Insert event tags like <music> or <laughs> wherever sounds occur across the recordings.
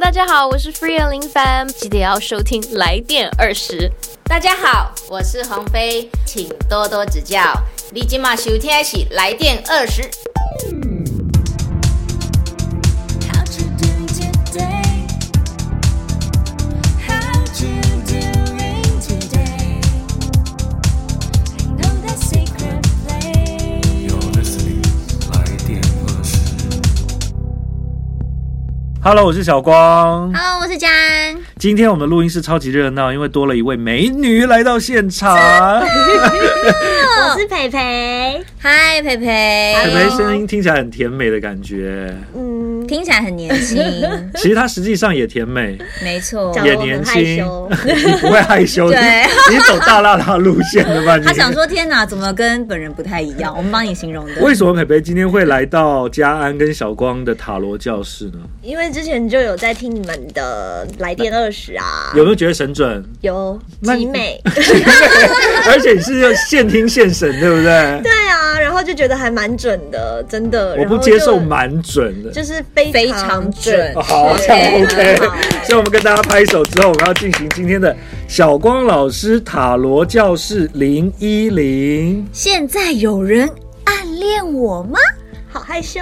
大家好，我是 Free 林凡，记得要收听《来电二十》。大家好，我是黄飞，请多多指教。你今嘛收听的是来电二十。 How'd you do today? How'd you doing today? I know that secret place. You're listening，来电二十。 Hello，我是小光。 Hello，我是佳安。今天我们的录音室超级热闹，因为多了一位美女来到现场。我是培培。嗨，培培。美眉哎声音听起来很甜美的感觉，嗯，听起来很年轻， <laughs> 其实她实际上也甜美，没错。也年轻，你 <laughs> 不会害羞，对你你走大辣辣路线的吧？你他想说：“天哪，怎么跟本人不太一样？”我们帮你形容的。为什么培培今天会来到嘉安跟小光的塔罗教室呢？因为之前就有在听你们的《来电二十》啊，有没有觉得神准？有那你集 <laughs> 美，而且你是现听现审，对不对？对啊，然后就觉得还蛮准的，真的。我然不后接就受蛮准的，就是非非常常准哦好，这样 <laughs> OK。所以，我们跟大家拍手之后，我们要进行今天的小光老师塔罗教室零一零。现在有人暗恋我吗？好害羞。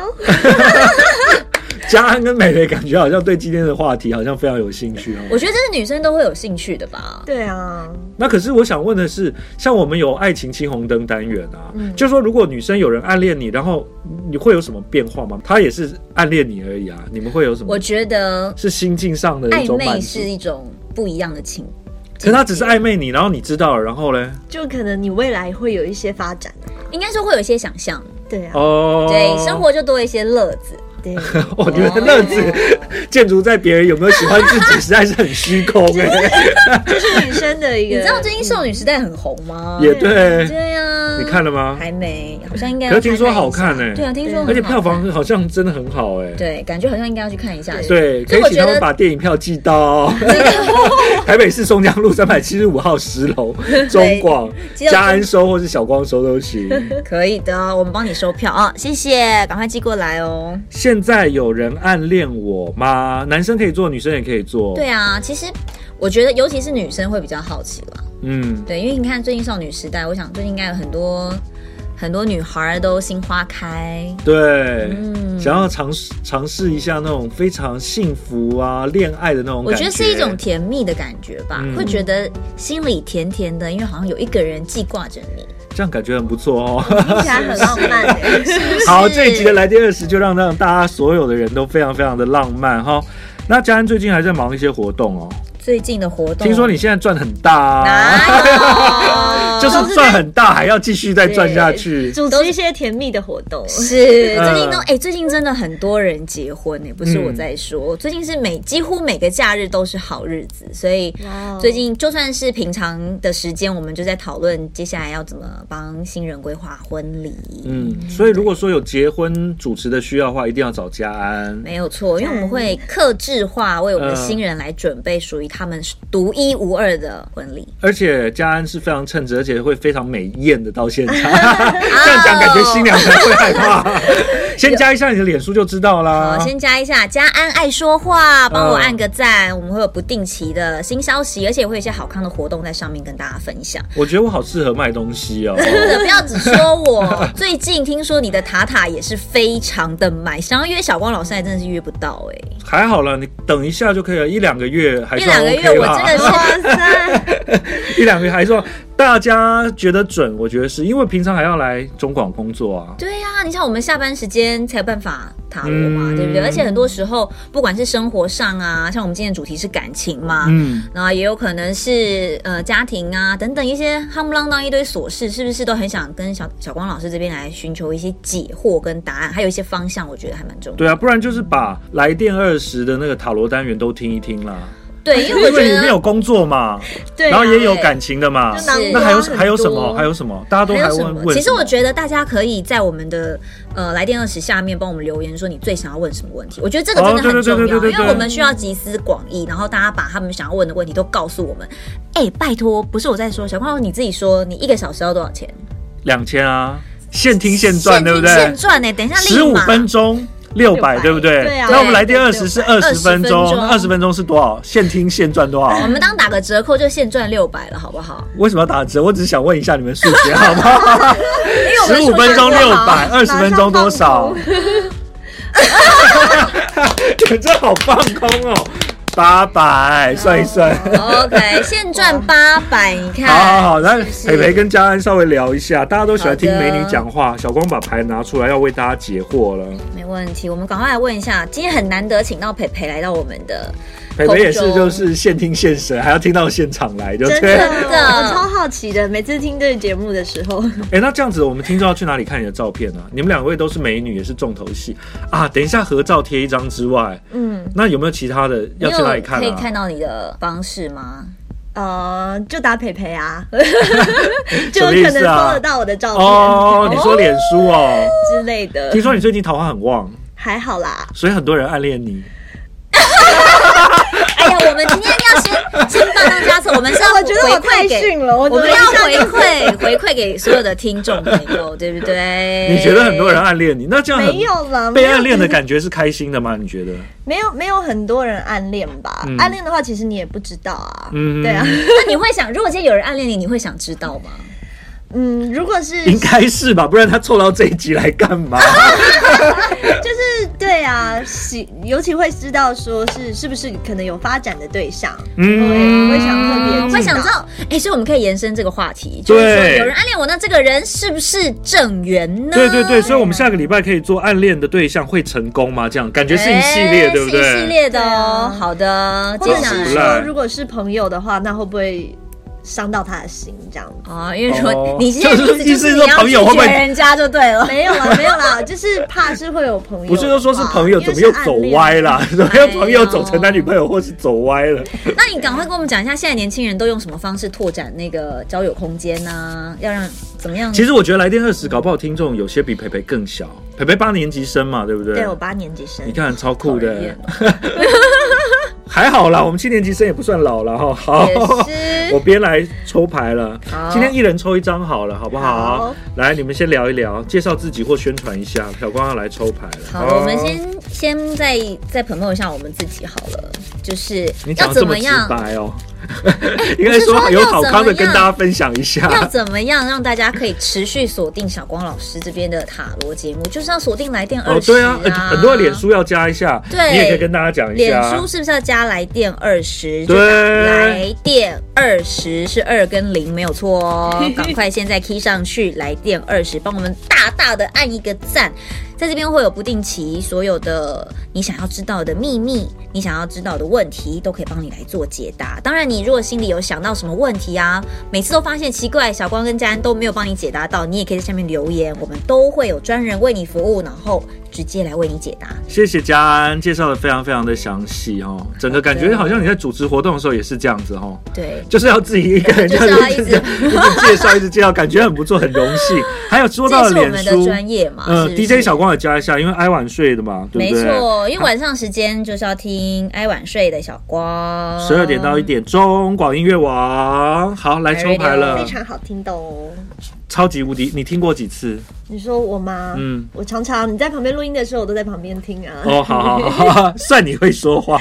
嘉安跟美美感觉好像对今天的话题好像非常有兴趣哦。我觉得这是女生都会有兴趣的吧。对啊，那可是我想问的是，像我们有爱情青红灯单元啊，嗯就是说如果女生有人暗恋你，然后你会有什么变化吗？她也是暗恋你而已啊，你们会有什么我？觉得是心境上的一暧种满昧足是。一种不一样的情。可是她只是暧昧你，然后你知道了，然后嘞？就可能你未来会有一些发展啊。应该说会有一些想象，对啊，哦，对，生活就多一些乐子。对， <laughs> 哦，你们的乐子建筑在别人有没有喜欢自 <laughs> 己，实在是很虚空哎。这是女生的一 <laughs> 你个。知道最近少女时代很红吗？也对，对啊，你看了吗？还没，好像应该。可是听说好看哎对啊，听说很好而且票房好像真的很好哎。对，感觉好像应该要去看一下。对，可所以以我请他觉们得把电影票寄到 <laughs> 台北市松江路三百七十五号十楼中广寄到嘉安收或是小光收都行。可以的，我们帮你收票啊，谢谢，赶快寄过来哦。现在有人暗恋我吗？男生可以做，女生也可以做。对，啊，其实我觉得尤其是女生会比较好奇啦，嗯，对，因为你看最近少女时代，我想最近应该有很多很多女孩儿都心花开，对，嗯想要尝试尝试一下那种非常幸福啊、恋爱的那种我感觉得是一种甜蜜的感觉吧，嗯会觉得心里甜甜的，因为好像有一个人记挂着 <laughs> 你。这样感觉很不错 <laughs> 哦。 <laughs> 听起来很浪漫欸好，这一集的来电二十就让让大家所有的人都非常非常的浪漫哈。那嘉安最近还在忙一些活动哦，最近的活动，啊听说 <laughs> 你现在赚很大、啊，哪有？就是赚很大，还要继续再赚下去。主持一些甜蜜的活动。是，最近都嗯哎、最近真的很多人结婚呢、不是我在说，最近是每几乎每个假日都是好日子，所以哇哦最近就算是平常的时间，我们就在讨论接下来要怎么帮新人规划婚礼。嗯，所以如果说有结婚主持的需要的话，一定要找嘉安。没有错，因为我们会克制化为我们的嗯新人来准备属于他们独一无二的婚礼。而且嘉安是非常称职，而且会非常美艳的到现 <laughs> 场。 <laughs> 这样讲，感觉新娘才会害怕。先加一下你的脸书就知道啦好，。先加一下嘉安爱说话，帮我嗯按个赞，我们会有不定期的新消息，而且会有一些好看的活动在上面跟大家分享。我觉得我好适合卖东西 <laughs> 哦。真的不要只说我。最近听说你的塔塔也是非常的满，想要约小光老师还真的是约不到哎、还好了，你等一下就可以了，一两个月还一算两个 OK 月我啦真的 <laughs> 是 <laughs> 一两个月还算，大家觉得准，我觉得是因为平常还要来中广工作啊。对呀、你像我们下班时间才有办法塔罗嘛，嗯对不对？而且很多时候，不管是生活上啊，像我们今天的主题是感情嘛。嗯，然后也有可能是呃家庭啊等等一些夯不啷当一堆琐事，是不是都很想跟小小光老师这边来寻求一些解惑跟答案，还有一些方向，我觉得还蛮重要。对啊，不然就是把来电二十的那个塔罗单元都听一听啦，对，因为我因为觉里得面有工作嘛，对啊，然后也有感情的嘛就，南是那瓜还有很还有什么？多还有什么？大家都啊还有什问么？问。其实我觉得大家可以在我们的呃来电二十下面帮我们留言，说你最想要问什么问题。我觉得这个真的哦对对很重要，对对对对因为我们需要集思广益，然后大家把他们想要问的问题都告诉我们。哎、拜托，不是我在说，小朋友你自己说，你一个小时要多少钱？两千啊，现听现赚，对不现对赚呢、等一下十立五马分钟。六百，对不对？对啊那我们来电二对十对是二600十分钟， 20分钟那二十分钟是多少？现听现赚多少？ <laughs> 我们当打个折扣就现赚六百了，好不 <laughs> 好？为什么要打折？我只是想问一下你们数学好不好？我十们五分钟六百，二十分钟多少？你们 <laughs> 这好放空哦，八百，算一算。 OK，现赚八百，你看，好 <laughs> 好好，那是培培跟嘉安稍微聊一下，大家都喜欢听好的美女讲话。小光把牌拿出来，要为大家解惑了。没问题。我们赶快来问一下，今天很难得请到培培来到我们的，培培也空是，中就是现听现审，还要听到现场来，对不真对？的，哎、真的我超好奇的。每次听这个节目的时候，那这样子，我们听众要去哪里看你的照片呢、啊？你们两位都是美女，也是重头戏啊。等一下合照贴一张之外，嗯，那有没有其他的要你去有哪里看、啊？可以看到你的方式吗？呃，就打培培啊，就什么意可能思啊搜得到我的照片哦，你说脸书哦？之类的听，说你最近桃花很旺，还好啦。所以很多人暗恋你。哎呀，我们今天要先先帮大家测，我们是要 <laughs> 我觉得我回太馈给逊了，我我怎么们要一下回馈 <laughs> 回馈给所有的听众朋友，对不对？你觉得很多人暗恋你，那这样很没有了，被没有暗恋的只是感觉是开心的吗？你觉得？没有没有很多人暗恋吧？嗯暗恋的话，其实你也不知道啊。嗯对啊，那你会想，如果今天有人暗恋你，你会想知道吗？嗯，如果是应该是吧，不然他凑到这一集来干嘛？就是对啊，喜尤其会知道说是是不是可能有发展的对象，嗯会嗯会想特别知道会想知道，哎、所以我们可以延伸这个话题，就是说对有人暗恋我，那这个人是不是正缘呢？对对对，所以我们下个礼拜可以做暗恋的对象会成功吗？这样感觉是一系列，哎对不是一系对？列的哦。好的，啊或接者下是不来。说赖如果是朋友的话，那会不会伤到他的心这样？哦，因为说、哦你现在就是意思就是你意思是说要朋友会拒不会绝人家就对了，没有 <laughs> 啦，没有啦，就是怕是会有朋友的话，不是都说是朋友，因为怎么是又暗走恋歪？啦？<laughs> 啊怎么又朋友走成男女朋友，或是走歪了？那你赶快跟我们讲一下，现在年轻人都用什么方式拓展那个交友空间呢、要让怎么样？其实我觉得来电二十，搞不好听众有些比培培更小，培培八年级生嘛，对不对？对我八年级生你，看超酷讨人厌的， <laughs> 还好啦，我们七年级生也不算老了哈。好，也我是边来抽牌了好，今天一人抽一张好了，好不好？好来，你们先聊一聊，介绍自己或宣传一下。小光要来抽牌了，啊哦好，我们先先再再 promote 一下我们自己好了，就是你讲要得这怎么么直样？白哦， <laughs> 应该哎说有好康的跟大家分享一要下。怎么样让大家可以持续锁定小光老师这边的塔罗节目？就是要锁定来电哦二，十、对啊，呃很多脸书要加一下，对你也可以跟大家讲一脸下。书是不是要加来电二对十？就打来电二十是二跟零没有错哦，赶快现在 key 上去，来电二十，帮我们大大的按一个赞。在这边会有不定期所有的你想要知道的秘密，你想要知道的问题，都可以帮你来做解答。当然，你如果心里有想到什么问题啊，每次都发现奇怪，小光跟佳恩都没有帮你解答到，你也可以在下面留言，我们都会有专人为你服务，然后直接来为你解答。谢谢嘉安介绍的非常非常的详细哦，整个感觉好像你在主持活动的时候也是这样子哦。对，就是要自己一个 <laughs> 人这就是要样一子直一直介绍，一直介绍，感觉很不错，很荣 <laughs> 幸。还有说这到也是我脸们的书，专业嘛，呃是不是，DJ 小光也加一下，因为挨晚睡的嘛，对没不对？错，因为晚上时间就是要听挨晚睡的小光，十二点到一。点，中广音乐网，好来抽牌了非，常好听的哦。超级无敌，你听过几次？你说我吗？嗯嗯，我常常你在旁边录音的时候，我都在旁边听啊。哦，好好好，好算你会说话。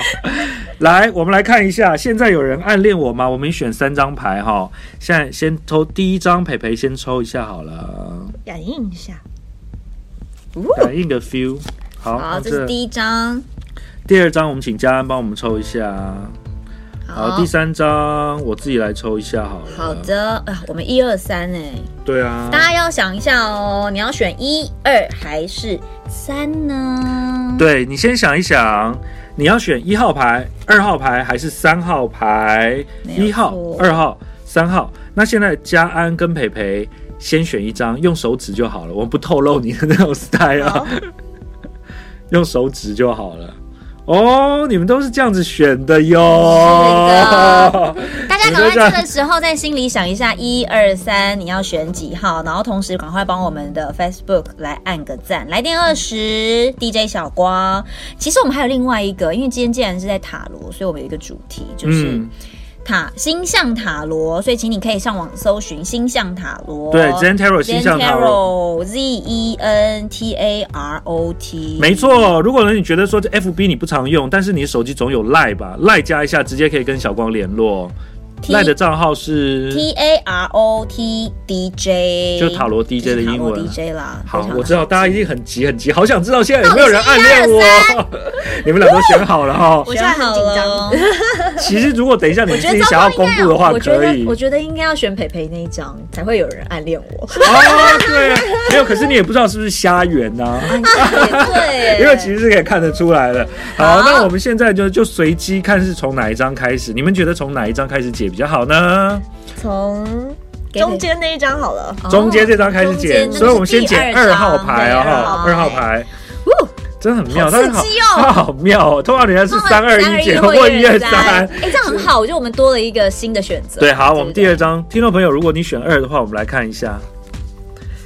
来，我们来看一下，现在有人暗恋我吗？我们选三张牌哈，现在先抽第一张，培培先抽一下好了，感应一下，感应个 feel。好，好，那这是第一张。第二张，我们请嘉安帮我们抽一下。好，第三张我自己来抽一下好了。好，的，啊，我们一二三哎，对啊大，家要想一下哦，你要选一二还是三呢？对你先想一想，你要选一号牌、二号牌还是三号牌？没有一号错、二号、三号。那现在嘉安跟培培先选一张，用手指就好了，我们不透露你的那种 style，啊、 <laughs> 用手指就好了。哦，你们都是这样子选的哟。大家你赶就快这样这个时候在心里想一下，一二三，你要选几号？然后同时赶快帮我们的 Facebook 来按个赞，来电二十 DJ 小光。其实我们还有另外一个，因为今天既然是在塔罗，所以我们有一个主题，就是嗯塔星象塔罗，所以请你可以上网搜寻星象塔罗。对，Zen Tarot 星象塔罗。 Z E N T A R O T，没。错，如果你觉得说这 FB 你不常用，但是你手机总有赖吧，赖加一下，直接可以跟小光联络。 T- 赖的账号是 T A R O T D J，就塔罗 DJ 的英文就是塔罗 DJ 啦。好非，常我知道大家一定很急很急，好想知道现在有没有人暗恋我。 <laughs> 你们俩都选好了哈。我现在很紧 <laughs> 张，选好了。其实如果等一下你我觉自得己糟想糕要应该公要布的话，我觉可以得。我觉得应该要选培培那一张，才会有人暗恋我。哦，对，没有，可是你也不知道是不是瞎圆呐、 <laughs> <laughs> 对因为其实是可以看得出来的。好，那我们现在就就随机看是从哪一张开始，你们觉得从哪一张开始解比较好呢？从中间那一张好了，中间这张开始解，哦中间所以我们先解那是第二二张号牌哦，对哈，二二号号牌牌哦。真的很妙，好它刺好激哦它好妙哦！通常人家是三二一减或或一二三，三。哎，这样很好，我觉得我们多了一个新的选择。对，好，我们不对第二张，听众朋友，如果你选二的话，我们来看一下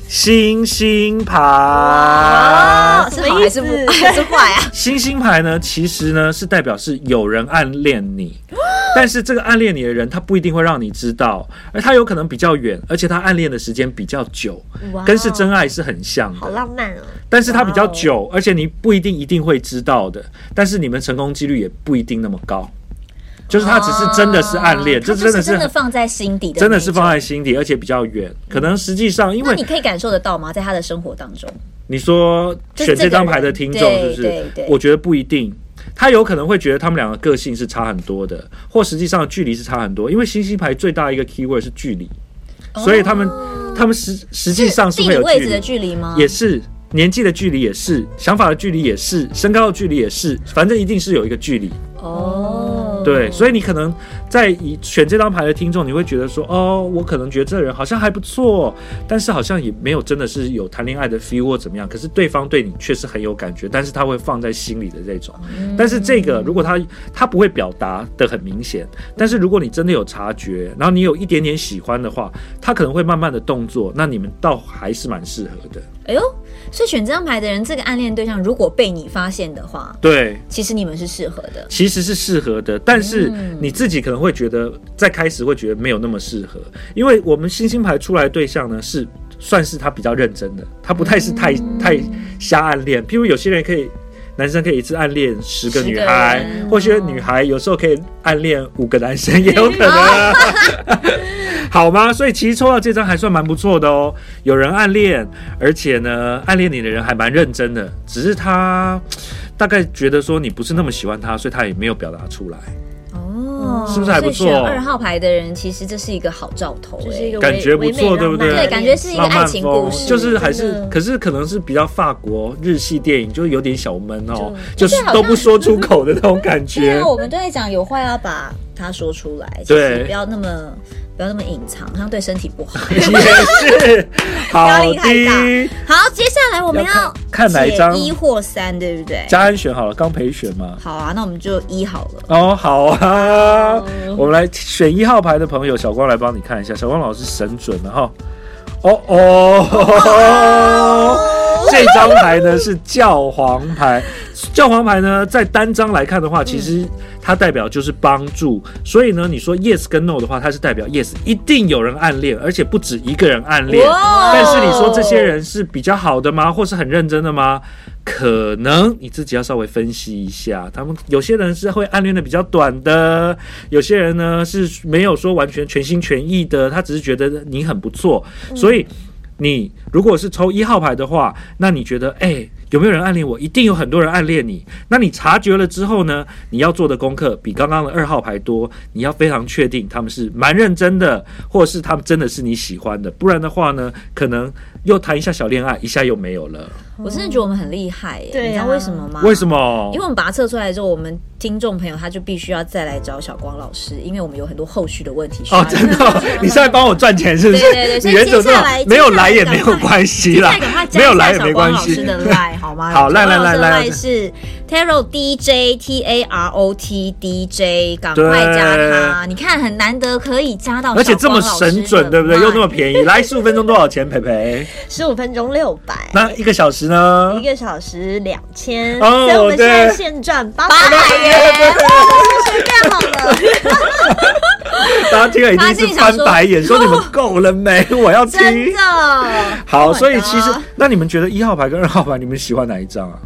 星星牌。哦是好还是什么意不 <laughs> 思还是坏 <laughs> 啊？星星牌呢，其实呢是代表是有人暗恋你，但是这个暗恋你的人，他不一定会让你知道，而他有可能比较远，而且他暗恋的时间比较久，跟是真爱是很像好的。浪漫哦。但是它比较久，而且你不一定一定会知道的，但是你们成功几率也不一定那么高。就是他只是真的是暗恋，哦这它就真的是是真的放在心底的那种，真的是放在心底，而且比较远。可能实际上，因那为你可以感受得到吗？在他的生活当中，你说选这张牌的听众是不就是这个人是对对对？我觉得不一定，他有可能会觉得他们两个个性是差很多的，或实际上距离是差很多。因为星星牌最大一个 keyword 是距离，所以他们他们实实际上是哦地会理有位距置的离，距离吗？也是年纪的距离，也是想法的距离，也是身高的距离，也是，反正一定是有一个距离。哦，对，所以你可能在以选这张牌的听众，你会觉得说，哦，我可能觉得这人好像还不错，但是好像也没有真的是有谈恋爱的 feel 或怎么样。可是对方对你确实很有感觉，但是他会放在心里的这种。但是这个如果他他不会表达的很明显，但是如果你真的有察觉，然后你有一点点喜欢的话，他可能会慢慢的动作，那你们倒还是蛮适合的。哎呦，所以选这张牌的人，这个暗恋对象如果被你发现的话，对，其实你们是适合的。其实是适合的，但是你自己可能会觉得，在开始会觉得没有那么适合，因为我们星星牌出来的对象呢是算是他比较认真的，他不太是太、太瞎暗恋。譬如有些人可以，男生可以一次暗恋十个10女个孩人，或许女孩有时候可以暗恋五个男生，也有可能、啊。好吗？所以其实抽到这张还算蛮不错的哦。有人暗恋，而且呢，暗恋你的人还蛮认真的，只是他大概觉得说你不是那么喜欢他，所以他也没有表达出来，哦，是不是还不错所以选二号牌的人，其实这是一个好兆头、哎，就是一个感觉不错对不对对，感觉是一个浪爱漫情风故事，就是还是真的，可是可能是比较法国日系电影，就有点小闷哦，就是而且好像都不说出口的那种感对觉啊，。我们都在讲有话要把它说出来，对其实不要那么不要那么隐藏，好像 <laughs> 对身体 <laughs> 不好。也是好压力太大的，好，接下来我们要要看看哪一张解一或三，对不对？嘉安选好了，刚陪选嘛。好啊，那我们就一好了。哦，好啊，哦我们来选一号牌的朋友，小光来帮你看一下，小光老师神准了哈。哦哦，这张牌呢是教皇牌，教皇牌呢在单张来看的话，其实它代表就是帮助，所以呢你说 yes 跟 no 的话，它是代表 yes 一定有人暗恋，而且不止一个人暗恋。哇但是你说这些人是比较好的吗，或是很认真的吗？可能你自己要稍微分析一下，他们有些人是会暗恋的比较短的，有些人呢是没有说完全全心全意的，他只是觉得你很不错，所以你如果是抽一号牌的话，那你觉得哎、有没有人暗恋我？一定有很多人暗恋你。那你察觉了之后呢？你要做的功课比刚刚的二号牌多，你要非常确定他们是蛮认真的，或者是他们真的是你喜欢的，不然的话呢，可能又谈一下小恋爱，一下又没有了。我真的觉得我们很厉害耶，哦对啊你知道为什么吗？为什？么因为？我们把它测出来之后，我们听众朋友他就必须要再来找小光老师，因为我们有很多后续的问题需要哦，真的哦、 <laughs> 你是在帮我赚钱是不是？对对对所以你原则接下上来没有接下来来也赶没快有关系啦 <laughs> 再赶快，加没有一来下也小没光关老师系。 <laughs> 的赖好吗？好赖小光赖老师的赖赖赖是 Tarot DJ T A R O T D J，赶快加他！你看很难得可以加到，而且这么神准，对不对？又那么便宜，来十五分钟多少钱？培培，十五分钟六百，那一个小时呢？一个小时两千，哦所以我们现在对现赚八八百百元，太好了。大家听了一发定现是想翻说白眼，说你们够了没？我要听。真 <laughs> 的。好， Oh my 所以其实 God 那你们觉得一号牌跟二号牌，你们喜欢哪一张啊？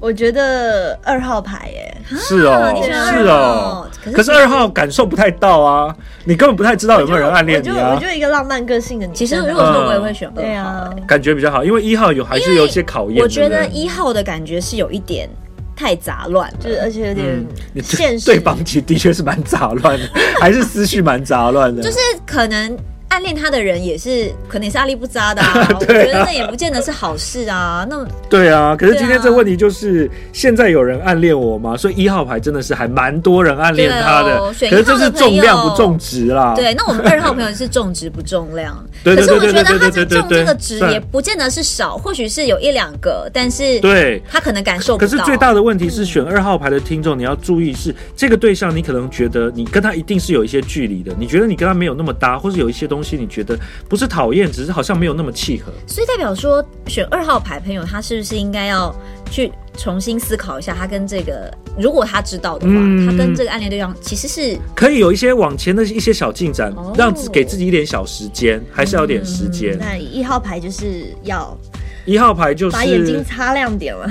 我觉得二号牌耶，是哦啊你，喜欢是哦二号可。是可是二号感受不太到啊，你根本不太知道有没有人暗恋你我就我啊就，一个浪漫个性的女生啊。其实如果说我也会选二号、对啊，感觉比较好，因为一号有还是有一些考验。我觉得对不对一号的感觉是有一点太杂乱了，就是而且有点嗯你现对实。对方其实的确是蛮杂乱的，还是思绪蛮杂乱的。就是可能暗恋他的人也是可能也是阿力不渣 <laughs> 的、啊，我觉得那也不见得是好事啊。那对啊，可是今对天啊这个问题就是，现在有人暗恋我吗？所以一号牌真的是还蛮多人暗恋他的，对哦选一可号是这的是重量不重值啦。对，那我们二号朋友是重质不重量， <laughs> 对可对是我对觉对得对他对对这对重这个对值对也不见得是少，或许是有一两个，但是对他可能感受不嗯可到。是最大的问题是，选二号牌的听众，你要注意是这个对象，你可能觉得你跟他一定是有一些距离的，你觉得你跟他没有那么搭，或是有一些东西你觉得不是讨厌，只是好像没有那么契合。所以代表说，选二号牌朋友，他是不是应该要去重新思考一下，他跟这个，如果他知道的话，嗯他跟这个暗恋对象其实是可以有一些往前的一些小进展，哦让自给自己一点小时间，还是要有点时间。那一号牌就是要一号牌就是把眼睛擦亮点了，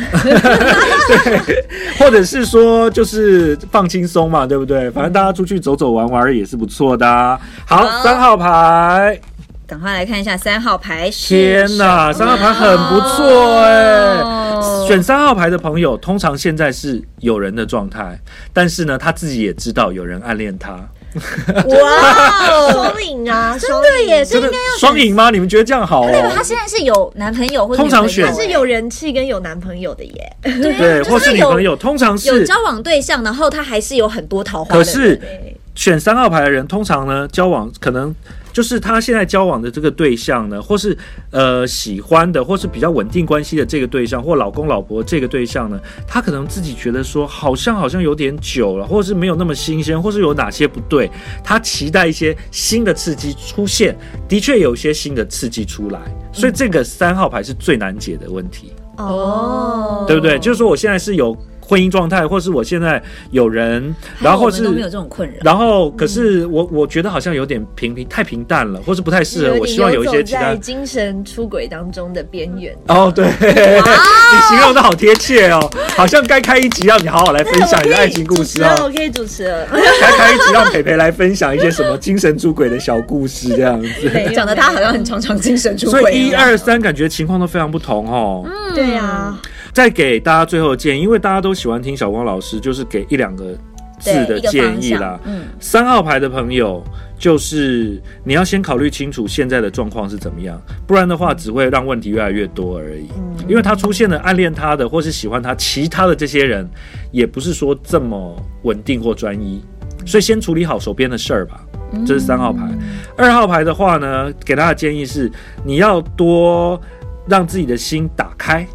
或者是说就是放轻松嘛，对不对？反正大家出去走走玩玩也是不错的、啊。好，好三号牌，赶快来看一下三号牌是天哪，什三么号牌很不错哎、哦选三号牌的朋友，通常现在是有人的状态，但是呢，他自己也知道有人暗恋他，哇哦， <laughs> 双影啊，真对耶，所真以的应该要双赢吗？你们觉得这样好代表他哦？现在是有男朋友或者通常女朋友选它是有人气跟有男朋友的耶。对，就是或是女有朋友，通常有是。交往对象，然后他还是有很多桃花的可人。是选三号牌的人，通常呢交往可能就是他现在交往的这个对象呢，或是呃喜欢的，或是比较稳定关系的这个对象，或老公老婆这个对象呢，他可能自己觉得说好像好像有点久了，或是没有那么新鲜，或是有哪些不对，他期待一些新的刺激出现，的确有一些新的刺激出来，所以这个三号牌是最难解的问题。哦，对不对？就是说我现在是有婚姻状态，或是我现在有人，还然好后我或们都没有是。这种困扰。然后，可是我我觉得好像有点平平太平淡了，或是不太适合。我希望有一些游其走他在。精神出轨当中的边缘。哦，对， <laughs> 你形容的好贴切哦，好像该开一集让你好好来分享你的爱情故事我哦，可以主持了，嗯我可以主持了。该开一集让培培来分享一些什么精神出轨的小故事这样子。 <laughs> 没有讲的他好像很常常精神出轨所样。以一二三感觉情况都非常不同哦。对啊，再给大家最后的建议，因为大家都喜欢听小光老师，就是给一两个字对的一个建方议啦向，。嗯，三号牌的朋友，就是你要先考虑清楚现在的状况是怎么样，不然的话只会让问题越来越多而已。嗯因为他出现了暗恋他的或是喜欢他，其他的这些人也不是说这么稳定或专一，所以嗯先处理好手边的事儿吧。这是三号牌，二号牌的话呢，给他的建议是你要多让自己的心打开，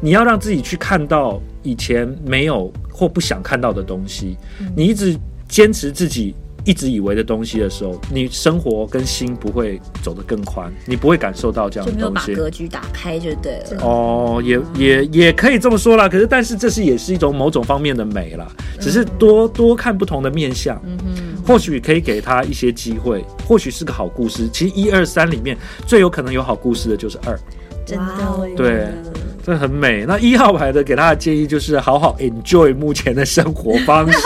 你要让自己去看到以前没有或不想看到的东西。嗯你一直坚持自己一直以为的东西的时候，你生活跟心不会走得更宽，你不会感受到这样就的没有东把西。格局打开就对了。哦，也也也可以这么说啦。可是，但是这是也是一种某种方面的美啦，只是多多看不同的面相，嗯或许可以给他一些机会，或许是个好故事。其实一二三里面最有可能有好故事的就是二，真哇的哦，耶对，这很美。那一号牌的给他的建议就是好好 enjoy 目前的生活方式。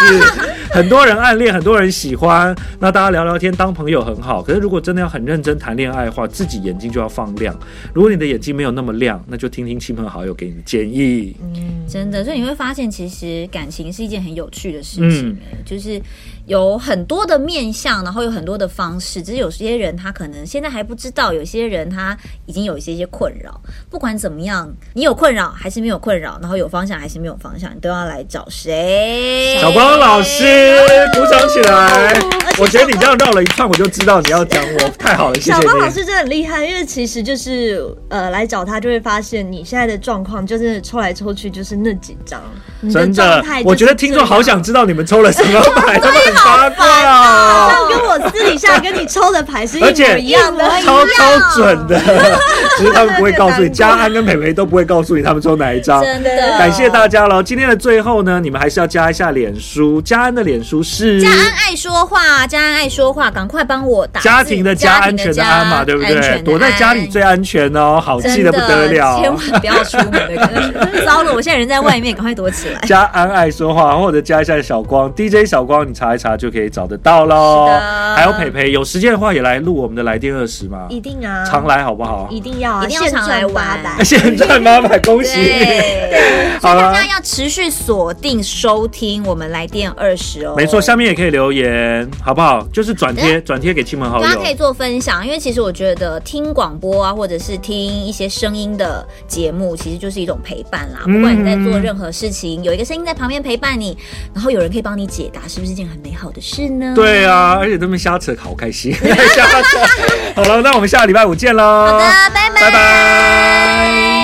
很多人暗恋，很多人喜欢，那大家聊聊天当朋友很好。可是如果真的要很认真谈恋爱的话，自己眼睛就要放亮。如果你的眼睛没有那么亮，那就听听亲朋好友给你的建议。嗯真的，所以你会发现，其实感情是一件很有趣的事嗯情、欸就是有很多的面向，然后有很多的方式。只是有些人他可能现在还不知道，有些人他已经有一些些困扰。不管怎么样，你有困扰还是没有困扰，然后有方向还是没有方向，你都要来找谁？小光老师，鼓掌起来！我觉得你这样绕了一串，我就知道你要讲我，太好了，谢谢小光老你。师真的很厉害，因为其实就是呃来找他就会发现你现在的状况，就是抽来抽去就是那几张，你真状的态，我觉得听众好想知道你们抽了什么牌，他们很啊发道，飙。像跟我私底下跟你抽的牌是一哦而且模一样的，超超准 <laughs> 的，只是他们不会告诉你，佳安跟培培都不会告诉你他们抽哪一张。真的，感谢大家喽！今天的最后呢，你们还是要加一下脸书，佳安的脸书是家安爱说话，话，家安爱说话，赶快帮我打字家庭的家，家安庭全的家安嘛，对不安全的对？安躲在家里最安全哦，好记真得不得了。啊千万不要出门的 <laughs> 感觉。糟了，我现在人在外面，赶快躲起来。加安爱说话，或者加一下小光 DJ 小光，你查一查就可以找得到喽是的。还有培培，有时间的话也来录我们的来电二十嘛，一定啊，常来好不好？ <laughs> 一定要啊，一定要常来玩现赚八百现赚八百，恭喜你！对，所好以了大家要持续锁定收听我们来电二十哦。哎没错，下面也可以留言，好不好？就是转贴，转贴给亲朋好大家可以友。做分享，因为其实我觉得听广播啊，或者是听一些声音的节目，其实就是一种陪伴啦。嗯不管你在做任何事情，有一个声音在旁边陪伴你，然后有人可以帮你解答，是不是一件很美好的事呢？对啊，而且他们瞎扯，好开 <laughs> 心， <laughs> 瞎扯。好了，那我们下个礼拜五见喽。好的，拜拜。拜拜。